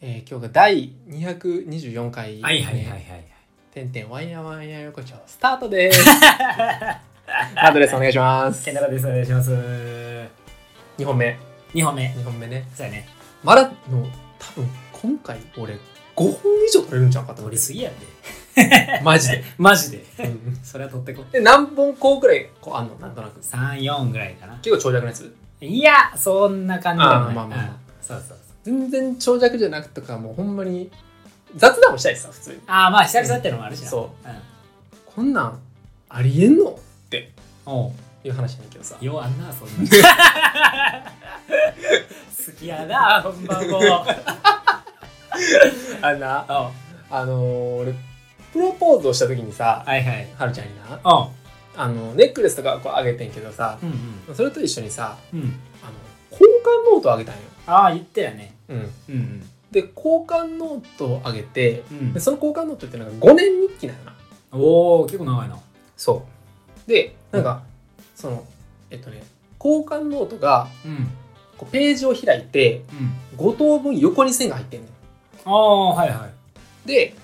えー今日が第224回、ね、はいはいはいはい。てんてんワイヤーワイヤー横丁スタートです アドレスお願いしますケンタラです。お願いします。 2本目二本目。 2本目ねそうやね。マラの多分今回俺5本以上取れるんちゃうかと思取うりすぎやで。マジで、マジで。うんそれは取ってこ。で何本こうくらいこうあんのなんとなく三四ぐらいかな。結構長尺のやついや、そんな感じはないあーまあまあまあうんそうそうそう。全然長尺じゃなくとかもうほんまに雑談もしたいしさ普通にああ、まあ、久々ってのもあるしな。。そううん。こんなんありえんのっておういう話なんだけどさようあんな、 そんな。好きやな、ほんまもう。あんなおうあのー俺プロポーズをした時にさはいはい。はるちゃんになおうあのネックレスとかこうあげてんけどさうんそれと一緒にさうん。うん。あの交換ノートあげたんよ、ああ、言ったよね。うん、うんで交換ノートをあげてうん。うでん。その交換ノートってなんか5年日記なのなおお、結構長いな。そうでなんか、そのえっとね交換ノートがうん。こうページを開いてうん。 5等分横に線が入ってんねんああ、はいはい。で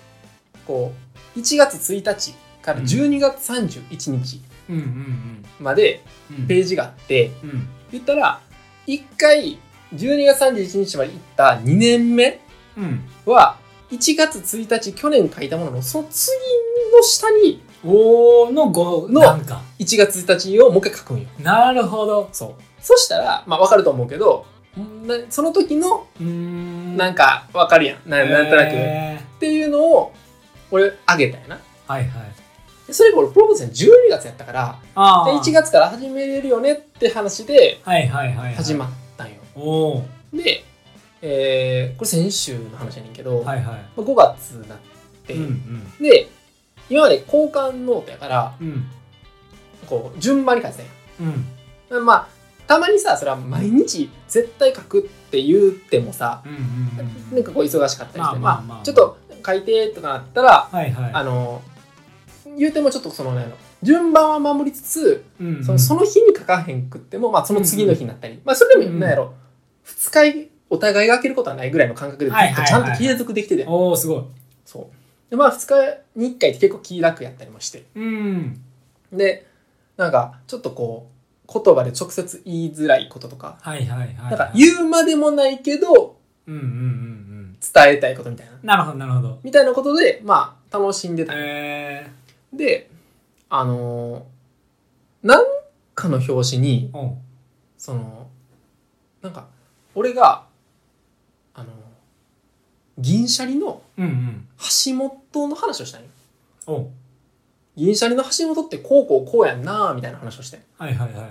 こう1月1日から12月31日うんうんまでうん。ページがあって、うん。言ったら1回12月31日まで行った2年目うん。は1月1日去年書いたもののその次の下におーの5のなんか。 1月1日をもう一回書くんよなるほど。そうそしたらまあ分かると思うけどんなその時のうーんなんか分かるやんななんとなく、えっていうのを俺あげたよなーはいはい。でそれが俺プロポーズの12月やったからあでー1月から始めれるよねって話ではいはいはいはい。始まったんよおーで、えーこれ先週の話やねんけど、はいはい。まあ5月になって、うんうん。で今まで交換ノートやからうん。こう順番に書いてたんうん。やまあたまにさそれは毎日絶対書くって言うてもさうんうんなうんん。かこう忙しかったりしてまあままあまああちょっと書いてとかなったらはいはい。あの言うてもちょっとそのね順番は守りつつうんうんそのその日に書かへんくっても、まあ、その次の日になったり、まあ、それでもなんやろ、2日お互いが開けることはないぐらいの感覚でずはいっはといはいちゃんと継続できてて、おーすごい。そうでまあ2日に1回って結構気楽やったりもしてうん。でなんかちょっとこう言葉で直接言いづらいこととかはいはいはいはなんい。か言うまでもないけどうんうんうんうん。伝えたいことみたいななるほどなるほど。みたいなことでまあ楽しんでた、えであのーなんかの表紙にー。おうそのなんか俺があの銀シャリのうんうん。橋本の話をしたんよおう銀シャリの橋本ってこうこうこうやんなみたいな話をしてんはいはいはいはい。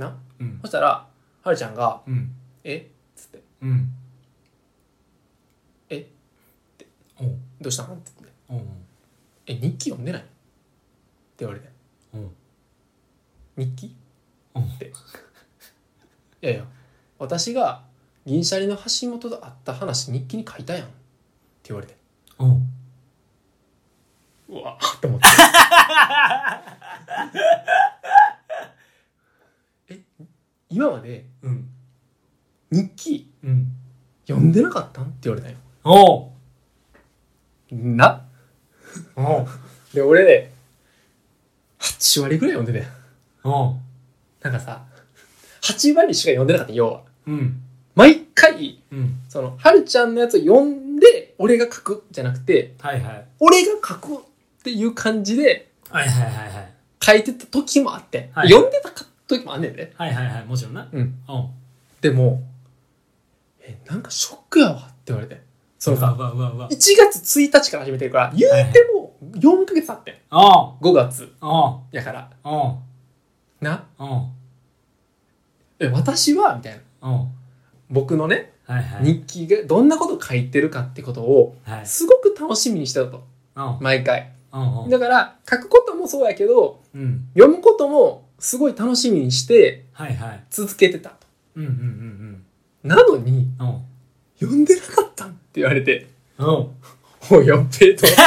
なうんそ。したらはるちゃんがうん。 「えっ?」つってうん。。えっておう「どうしたの?」って言っておう「え日記読んでない?」って言われておう「日記?」おういやいや私が銀シャリの橋本と会った話日記に書いたやんって言われておううわっと思って え今までうん。日記うん。読んでなかったんって言われたよおうなおうで俺ね8割ぐらい読んでたよおうなんかさ8割しか読んでなかったよ要はうん。毎回うん。そのはるちゃんのやつを読んで俺が書くじゃなくてはいはい。俺が書くっていう感じではいはいはいはい。書いてた時もあって、はい読んでた時もあんねんではいはいはい。もちろんな。うんおうでも、え、なんかショックやわって言われて。そのうわさ、うわうわうわ1。月1日から始めてるから、言うても4ヶ月経ってん。おう5月おうやから。おうな、おうえ、私は、みたいな。おう僕のね、はいはい。日記がどんなこと書いてるかってことを、はい。すごく楽しみにしてたと。おう毎回。おうおうだから、書くこともそうやけど、うん。読むこともすごい楽しみにしてはいはい。続けてたと。うんうんうんなのに、うん。おう読んでなかったんって言われて、おうもうやっべえ と思って。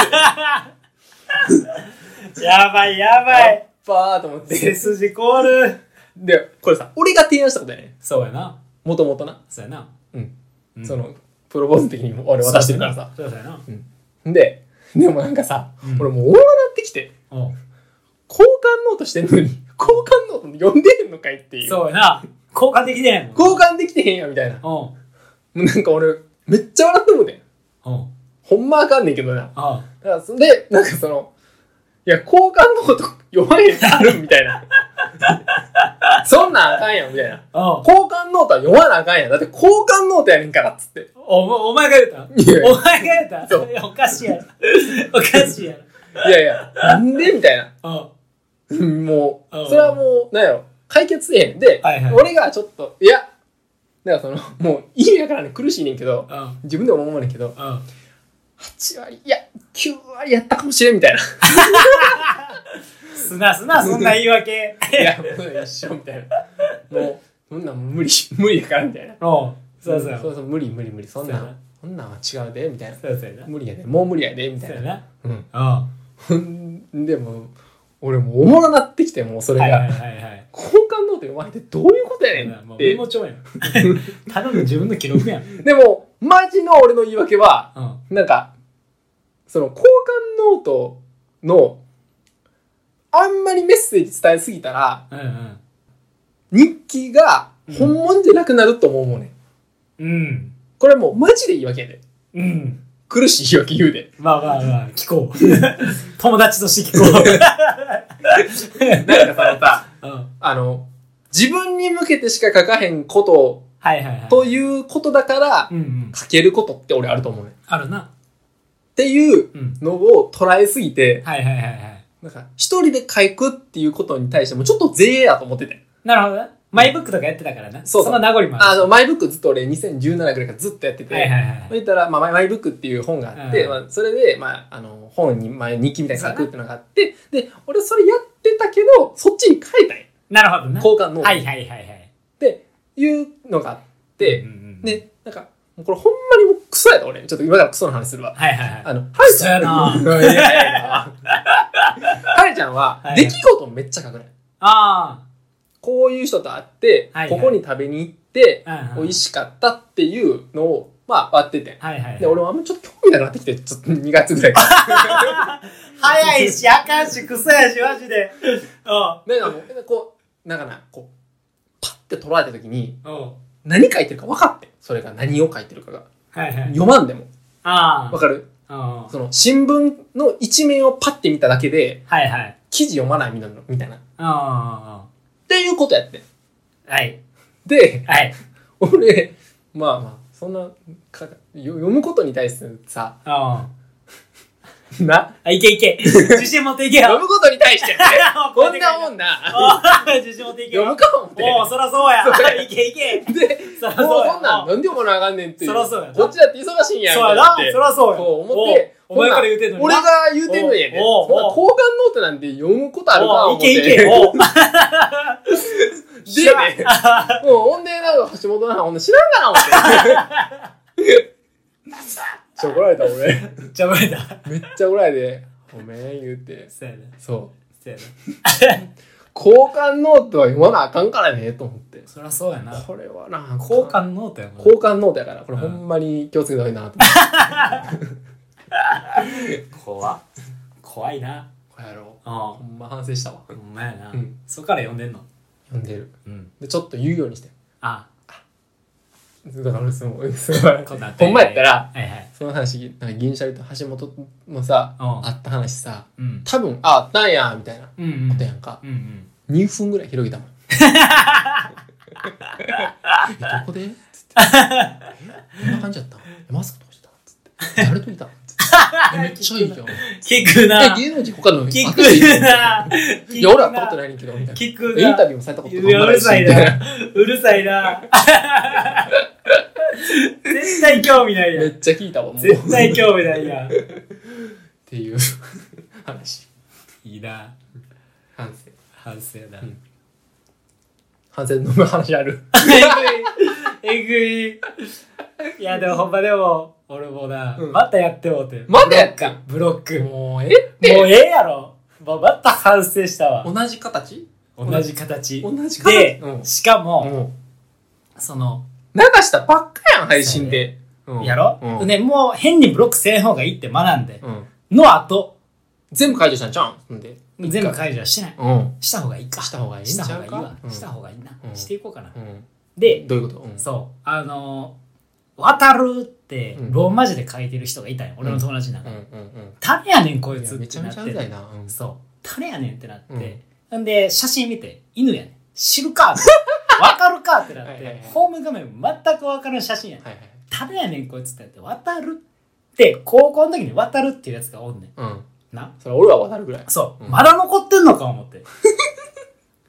やばいやばやいっ。ばーと思って。背筋凍る。で、これさ、俺が提案したことやね。そうやな。もともとな。そうやな。うん。うんそ。の、プロポーズ的にも俺渡してるからさそうだよなででもなんかさ、うん俺もうオーラなってきてうん交換ノートしてんのに 交換ノート読んでへんのかいっていうそうやな効果的でやん交換できてへんやみたいなもうんうなんか俺めっちゃ笑ってもうてんうんほんまあかんねんけどなあだからそんでなんかそのいや交換ノート読まへんのあるみたいな そんなんあかんやんみたいなあ交換ノートは読まなあかんやんだって交換ノートやねんからっつっておお前が言うたいやお前が言うたそういやおかしいやろおかしいやいやいやなんでみたいなろうんもうんう、それはもう、なんやろ、解決せえへん。で、はいはい俺がちょっと、いや、だからその、もう、意味やからね、苦しいねんけどう、んうん自分でも思うねんけど、うん8割、いや、9割やったかもしれんみたい な。すなすなそんな言い訳いや、もう一緒みたいな。もう、そんなん無理、無理やからみたいな。うんそうそうそうそう、無理無理無理、そんな、そうやなんそんなんは違うで、みたいな。そうそうやな無理やで、もう無理やで、みたそういやな。なうんうんほん。でも、俺もうおもろなってきて、もうそれはいはいが。はいはい交換ノート読まれてどういうことやねんもっうてメ。モ帳やん ただの自分の記録やんうんでも、マジの俺の言い訳は、なんか、その交換ノートの、あんまりメッセージ伝えすぎたら、うん日記が本物じゃなくなると思うもんね。うんこれもうマジで言い訳やで。うんうん苦しい言い訳言うで。まあまあまあ聞こう 友達として聞こなんかそのさ、ううんあの、自分に向けてしか書かへんことはいはいはいということだからう、んうん書けることって俺あると思うね。あるなっていううんのを捉えすぎて、はいはいはいはいなんか一人で書くっていうことに対してもちょっと贅やと思ってて。なるほどなマイブックとかやってたからなそうそうの名残もああるの、マイブックずっと俺2017ぐらいからずっとやってて、はいはいはいそしたら、まあ、マイマイブックっていう本があって、うんまあ、それで、まあ、あの、本に、まあ、日記みたいに書くっていうのがあって、で、俺それやってたけど、そっちに書いたんや。なるほどな交換ノート。はいっはいはいはいていうのがあって、うんうんうんで、なんか、もうこれほんまにもうクソやった俺。ちょっと今からクソの話するわ。はいはいはいあの、はるちそゃやん。ないやいやいや はるちゃんはは、い出来事めっちゃ書くねん。あこういう人と会って、はいはこいこに食べに行って、あ美味しかったっていうのを、まあ、割ってて。はいはいはいで、俺もあんまちょっと興味なくなってきて、ちょっと2月ぐらい から。早いしあかんしクソやしマジで うでなんかもうこう、なんかな、こう、パッて捉えた時に、んうん何書いてるか分かってんそれが何を書いてるかが。はいはい読まんでも。あ分かるあうんその、新聞の一面をパッて見ただけで、はいはい記事読まないみたいな、みたいな。っうんはていうことやってん。いで、はい俺、まあまあ、そんな、かよ読むことに対するさ、うんあな、いけい け自信持っていけ読よむことに対 してね、こんなもんんな、自信持っていけ読むよかもって。おおそらそうそうややいけいけで、そらもそううやそんなんなんでもなあかんねんっていう。そらそうやこっちだって忙しいんやん。そうやだっなてそらそうやこう思って。おお前から言うてんのに俺なが言うてんのやねん。おうおうそんな交換ノートなんて読むことあるかお思いって。けい けおうでね、もうほんで、なんか橋本なんかほんで知らんかな思って。 ちょ、怒られた俺。 めっちゃバレためっちゃ怒られて、ごめん言うて。そうやなそう。そうやな交換ノートは読まなあかんからね、と思って。そらそうやなこれはな、交換ノートやもん交換ノートやから、これほんまに気をつけた方がいいなと思って。怖っ怖いなこれやろうんほんま反省したわほんまやなうんそっから読んでんの読んでるうんでちょっと言うようにしてあだからすごいすごい今度会ってほんまやったらはいはいその話なんか銀シャリと橋本のさうんあった話さうん多分ああったんやみたいなこうんうんとやんかうんうん2分ぐらい広げたもん えどこでつってえこんな感じやったんえマスクどうしてたんつって誰といたんつってえめっちゃいい よ聞くなえ芸能人他の聞私いく なや俺は会ったことなないいねんけどみたいな聞くえインタなビューもされたこといやうるさいみたい なうるさいな 絶対興味ないやめん っちゃ聞いたわもう絶対興味ないやんっていう話いいな反省反省だうん反省の話あるえぐい えぐいいやでもほんまでも俺もな、うんまたやってもうてまたやったブロックブロッもうえっクもうてええやろもうまた反省したわ同じ形同じ形同じ形で、うんしかも、もそのう流したばっかやん配信でうんやろ、うんね、もう変にブロックせん方がいいって学んで、うん。の後、全部解除したんちゃうんで。全部解除はしない。うん。した方がいいか。した方がいいんしちたゃうか方がいいわ。うんした方がいいな。うんしていこうかな。うん。で、どういうことうんそう、あのー渡るってうんローマ字で書いてる人がいたんよ。俺の友達なんうかん。うん誰やねん、こういん。いやつっめちてゃめなちゃっうざいて。な。うんそう、誰やねんってなっうんて。ほんで、写真見て、犬やねん。知るかって。わかるかってなっはいはいはいて、ホーム画面全くわからん写真やねん。はいはい。誰やねん、こいつってなって、渡るって、高校の時に渡るっていうやつがおんねん。うん。な。それ俺は渡るぐらい。そう、うんまだ残ってんのか思って。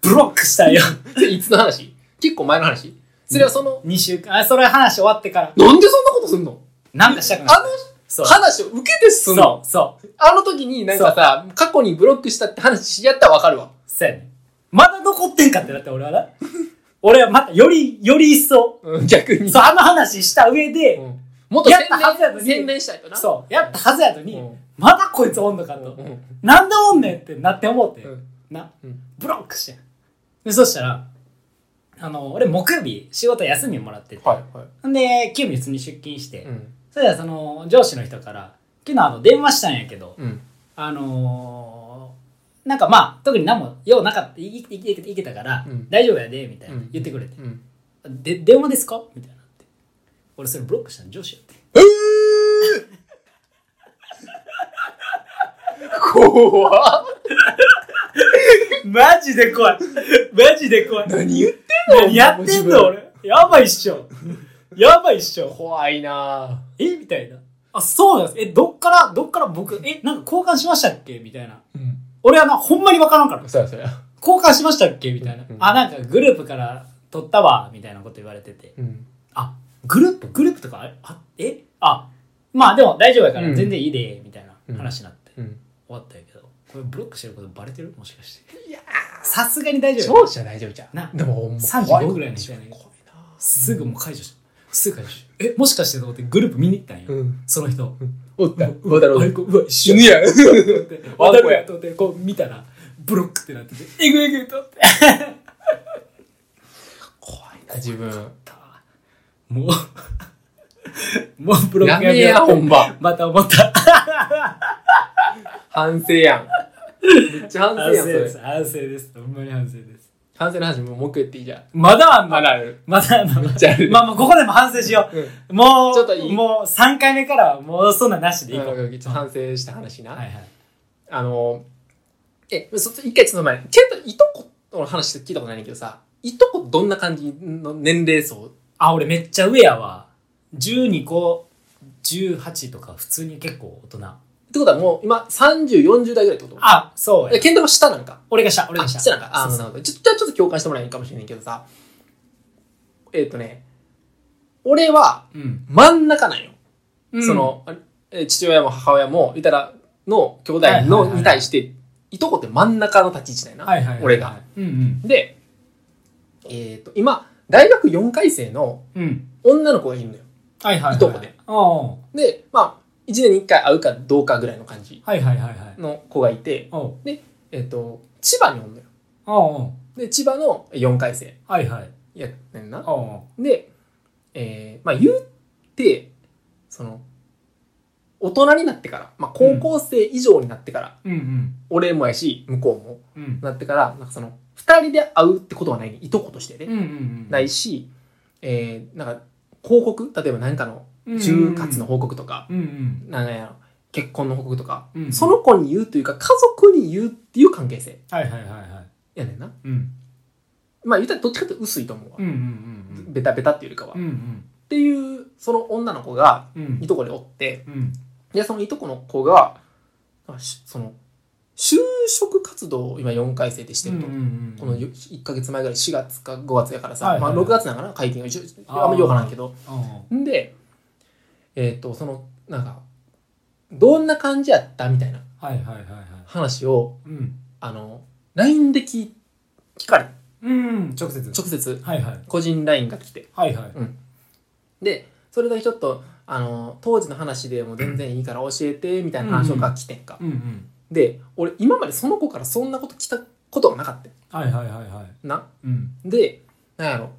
ブロックしたよ。 それいつの話結構前の話それはその、 2週間、あ、それ話終わってから、なんでそんなことすんのなんかしたくなあい。そのう。話を受けてすんそのう、そう。あの時になんかさ、過去にブロックしたって話しやったらわかるわ。そうやねんまだ残ってんかってなって俺はな。 俺はまたより、より一層。うん逆に。そう、あの話した上で、うんもっとや宣ったはずやの伝に宣伝したいとな。そう、やったはずやのに、うんまだこいつおんのかと。うん。なんでおんねんってなって思って、うんな、うんブロックしてんで、そしたら、あの、俺木曜日仕事休みもらってて、はいはんで、休日に出勤して、い。うん。それではその上司の人から、昨日あの電話したんやけど、うん。あのーなんかまあ特に何も用なかったいいいいいけたから、うん大丈夫やでみたいなうん言ってくれて、うん。で電話ですかみたいなって俺それブロックしたの上司やってえー、怖っマジで怖いマジで怖い何言って何やってんの自分俺やばいっしょやばいっしょ怖いなえみたいなあそうなんですえどっからどっから僕えなんか交換しましたっけみたいなぁ。うん。俺はなほんまに分からんからそやそや。交換しましたっけみたいな、うんあなんかグループから取ったわみたいなこと言われてて、うん。あ、グループグループとかあれあえあ、まあでも大丈夫やからうん全然いいで、みたいうんな話になって、うん。終わったんやけど、これブロックしてることバレてるもしかして。いやさすがに大丈夫や上司は大丈夫じゃん。なでもほんま怖い35ぐらいの人やねん怖いなぁすぐもう解除した。すぐ解除した。え、もしかしてと思ってグループ見に行ったんや。うんその人。おった。わだろあれう。こううわ、一緒死ぬや ん。と思って、わんこや渡るやと思って、こう見たら、ブロックってなってて、えぐえぐと思って。怖いな、自分。もう、 もうブロッやクやめめや、ようほんま。また思った。反省やん。めっちゃ反省反省やん、そでれす。。反省です。ほんまに反省です。反省の話もうもう一回言っていいじゃん。まだあんのあるまだあんのめっちゃあるまあまあ、ここでも反省しよある。う。もう、ちょっといいもう3回目からはもうそんななしでいこう。うん。反省した話な。はいはい。あの、え、そ一回ちょっと前に、ケント、いとこの話って聞いたことないねんだけどさ、いとこどんな感じの年齢層あ、俺めっちゃ上やわ。12個、18とか普通に結構大人。ってことはもう今30、40代ぐらいってことあ、そうえ、や。ケントが下なんか。俺がした、俺がした。あ下なんか。あ、そうなそうるほど。ちょじゃあちょっと共感してもらえばいいかもしれないけどさ、えっ、とね、俺はうん。真ん中なんよ。うんそ、の、あれえ父親も母親も、いたら、の兄弟はいはいはいの、はいに対して、いとこって真ん中の立ち位置だよな。はいはいはいはい俺が。。うんで、えっ、と、今、大学4回生のうん。うん。女の子がいるのよ。はいはいはい。いとこで。ああ。はで、まあ、1年に1回会うかどうかぐらいの感じいはいはいはい。の子がいて、おう。えっ、と、千葉におんのよ。おうおう。で、千葉の4回生はいはい。やってんな。おうおで、えーまあ言って、その、大人になってから、まあ高校生以上になってから、う。うん俺もやし、向こうも、うん。うん。なってから、なんかその、二人で会うってことはないね。いとことしてね。うんうんうん。ないし、えー、なんか、報告例えば何かの、就活の報告とか、うんうん。なんやろ、結婚の報告とか、うんうんその子に言うというか、家族に言うっていう関係性はいはいはいはい。やねんな。うん。まあ言ったらどっちかっていうと薄いと思うわ。うんうんうんベタベタっていうよりかは。うん。っんていう、その女の子が、うん。うんいとこでおって、うん。で、そのいとこの子が、あしその、就職活動を今4回生でしてると。うんうんうん、このよ1ヶ月前ぐらい4月か5月やからさ、はいはいはいまあ、6月なんかな会見が一応あーあんまようわからんけどうんんでえっ、とそのなんかどんな感じやったみたいなはいはいはいはい。話をうん。あの LINE で聞聞かれうん。直接。直接はいはい。個人 LINE が来てはいはい。でそれでちょっとあの当時の話でもう全然いいから教えてみたいな話が来てんか、うんうん。で俺今までその子からそんなこと来たことがなかったよはいはいはいはい。なうん。でなんやろ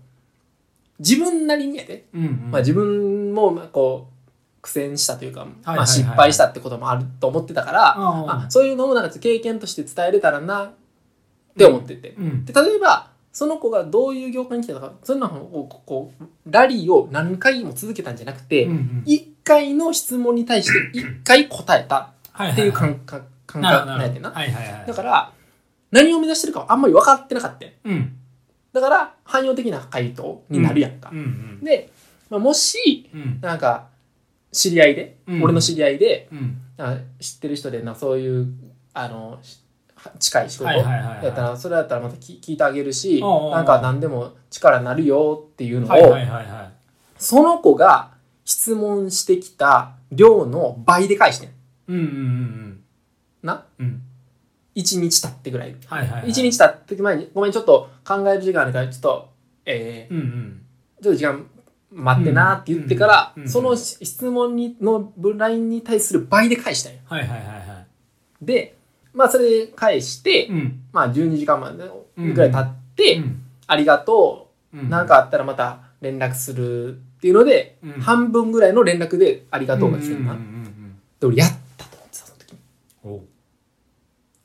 自分なりにやで、うんうんまあ、自分もまあこう苦戦したというか、はいまあ、失敗したってこともあると思ってたから、うんうんあそういうのをなんか経験として伝えれたらなって思ってて、うんで例えばその子がどういう業界に来たとかそんなのをこうこうラリーを何回も続けたんじゃなくて、うんうん一回の質問に対して一回答えたはっていうは感覚感 なるほ覚どなんやてな。はいはいはいだから、何を目指してるかはあんまり分かってなかったようんだから、汎用的な回答になるやんか。うんうんで、まあ、もし、うんなんか、知り合いで、うん俺の知り合いで、うんあ知ってる人でな、そういう、あの、し近い仕事はいはいはいはいやったら、それだったらまた聞聞いてあげるし、おうおうおうなんか何でも力になるよっていうのを、はいはいはいはいその子が質問してきた量の倍で返してん。うんうんうんなうんうん一日経ってぐらい。はいはいは い一日経って前に、ごめん、ちょっと考える時間あるから、ちょっと、えうんうんー、ちょっと時間待ってなって言ってから、うんうんその質問にのラインに対する倍で返したんよ。はいはいはいはいで、まあ、それ返して、うんまあ、12時間までぐらい経って、うんありがとうう、んなんかあったらまた連絡するっていうので、うん半分ぐらいの連絡でありがとうが来てるな。うんうんうんうんで、俺やったと思ってた、その時に。おう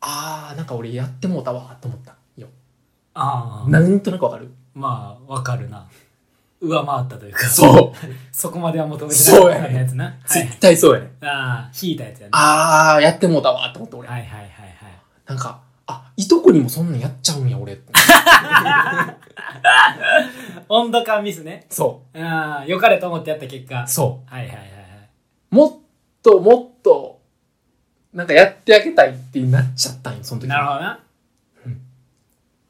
あー、なんか俺やってもうたわーと思ったよ。ああなんとなくわかるまあわかるな上回ったというかそう そこまでは求めてそうやねなかったやつなはい絶対そうやね。ああ引いたやつやねあー、やってもうたわーと思って俺。はいはいはいはいなんか、あ、いとこにもそんなんやっちゃうんや、俺。温度感ミスねそああ良かれと思ってやった結果う。そはいはいはいはい。う。もっともっと、なんかやってあげたいってなっちゃったんよ、その時。なるほどな。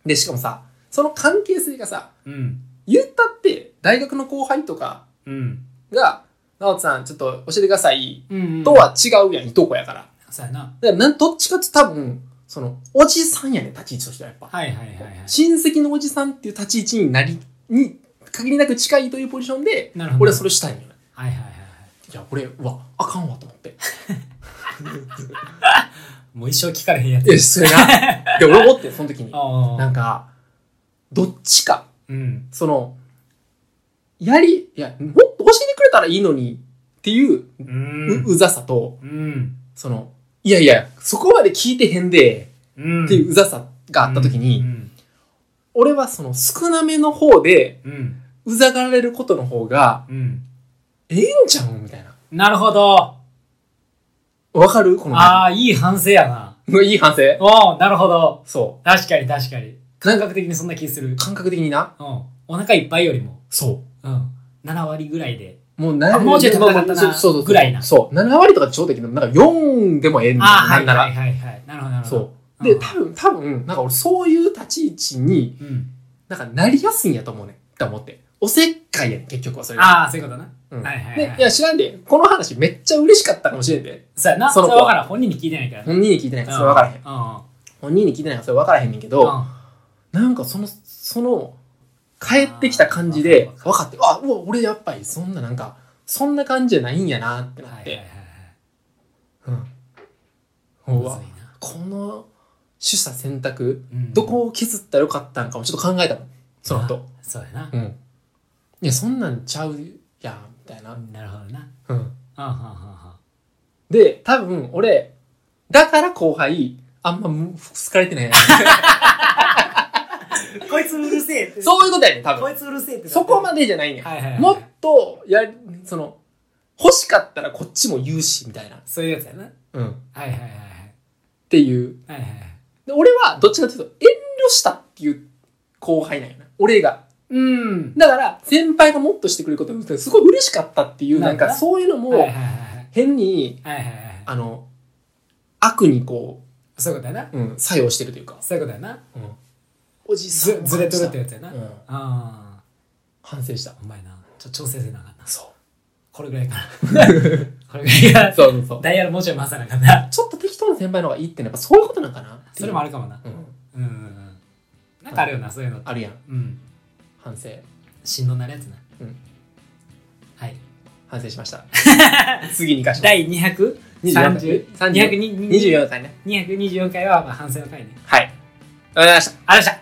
で、しかもさ、その関係性がさ、うん。言ったって、大学の後輩とかうん。が、直人さん、ちょっと教えてください。うんと。は違うやん、いとこやから。だかそうやな。らなん、どっちかっていうと多分、その、おじさんやね、立ち位置としてはやっぱ。はいはいはいはい。親戚のおじさんっていう立ち位置になり、に、限りなく近いというポジションで、なるほど俺はそれしたいんよね。はいはいはいはい。いや、俺、うわ、あかんわと思 って。もう一生聞かれへんやつ。え、それ な。で、俺思って、その時に。ああ。なんか、どっちか、うん。その、やり、いや、もっと教えてくれたらいいのにっていううう,、ん。うざさと、うん。その、いやいや、そこまで聞いてへんで、うん。っていううざさがあった時に、うん。俺はその少なめの方で、うん。うざがられることの方が、うん。ええんちゃうんみたいな。なるほど。わかるこのああ、いい反省やな。感いい反省おおなるほど。そ確かに確かに。感覚的にそんな気するう。。感覚的にな。うん。お腹いっぱいよりも。そう。うん。7割ぐらいで。もうなあもうちょい高かったなそうそうそうぐらいなそう。7割とかちょうどいいけど、なんか4でもええんだああ、なはんいなら。はいはいはい。なるほどなるほどそ。う。で、うん多分、多分、なんか俺そういう立ち位置に、う。うん。なんかなりやすいんやと思うねん。って思って。おせっかいやねん、結局はそれが。ああ、そういうことな。うんはいはいではい、いや、知らんで、この話めっちゃ嬉しかったかもしれんで。そうやな。そそのれ子はは分からん。本人に聞いてないから。本人に聞いてないからそれ分からへん。う本人に聞いてないからそれ分からへんねんけん。ど、うん。なんかその、その、帰ってきた感じであー分かって、あ、うわ、俺やっぱりそんななんか、そんな感じじゃないんやなってなはっいはいて。うん。はういわむずいなこの取捨選択、うんどこを削ったらよかったんかもちょっと考えたのその後あそうやなうんいやそんなんちゃうやんみたいな、なるほどなうん、うんうんうで多分俺だから後輩あんまむ好かれて ないんうんこいつうるせえってそういうことやねん多こ分いつうるせえってそこでまでじゃないねん、はいはいは いもっとやりその欲しかったらこっちも言うしみたいな、そういうやつやなうん、っはいはいはいていうはいはいはいで俺はどっちかというと遠慮したっていう後輩なんやな俺がうんだから、先輩がもっとしてくれることに、すごい嬉しかったっていう、ななんんかかそういうのはいはいも、はいはい変に、はいはいはいあの、悪にこそういうことやなう、うん、作用してるというか、そういうことやなうん、おじさずんずれとるってやつやなうんあ反省したあ。うまいなちょ調整せなあかんなそこれぐらいかな これぐらう。いかそうそうそうダイヤルもうちょい回さなあかんなちょっと適当な先輩の方がいいってのはやっぱそういうことなんかなそれもある。るかもなうん、うんうんうんなんかあるよなそういうのってあるやん。うん反省。しんどなるやつなうんはい反省しま した。次に行かしま第230 24回ね。 224回はまあ反省の回ねはい。ありがとうございました。ありがとうございました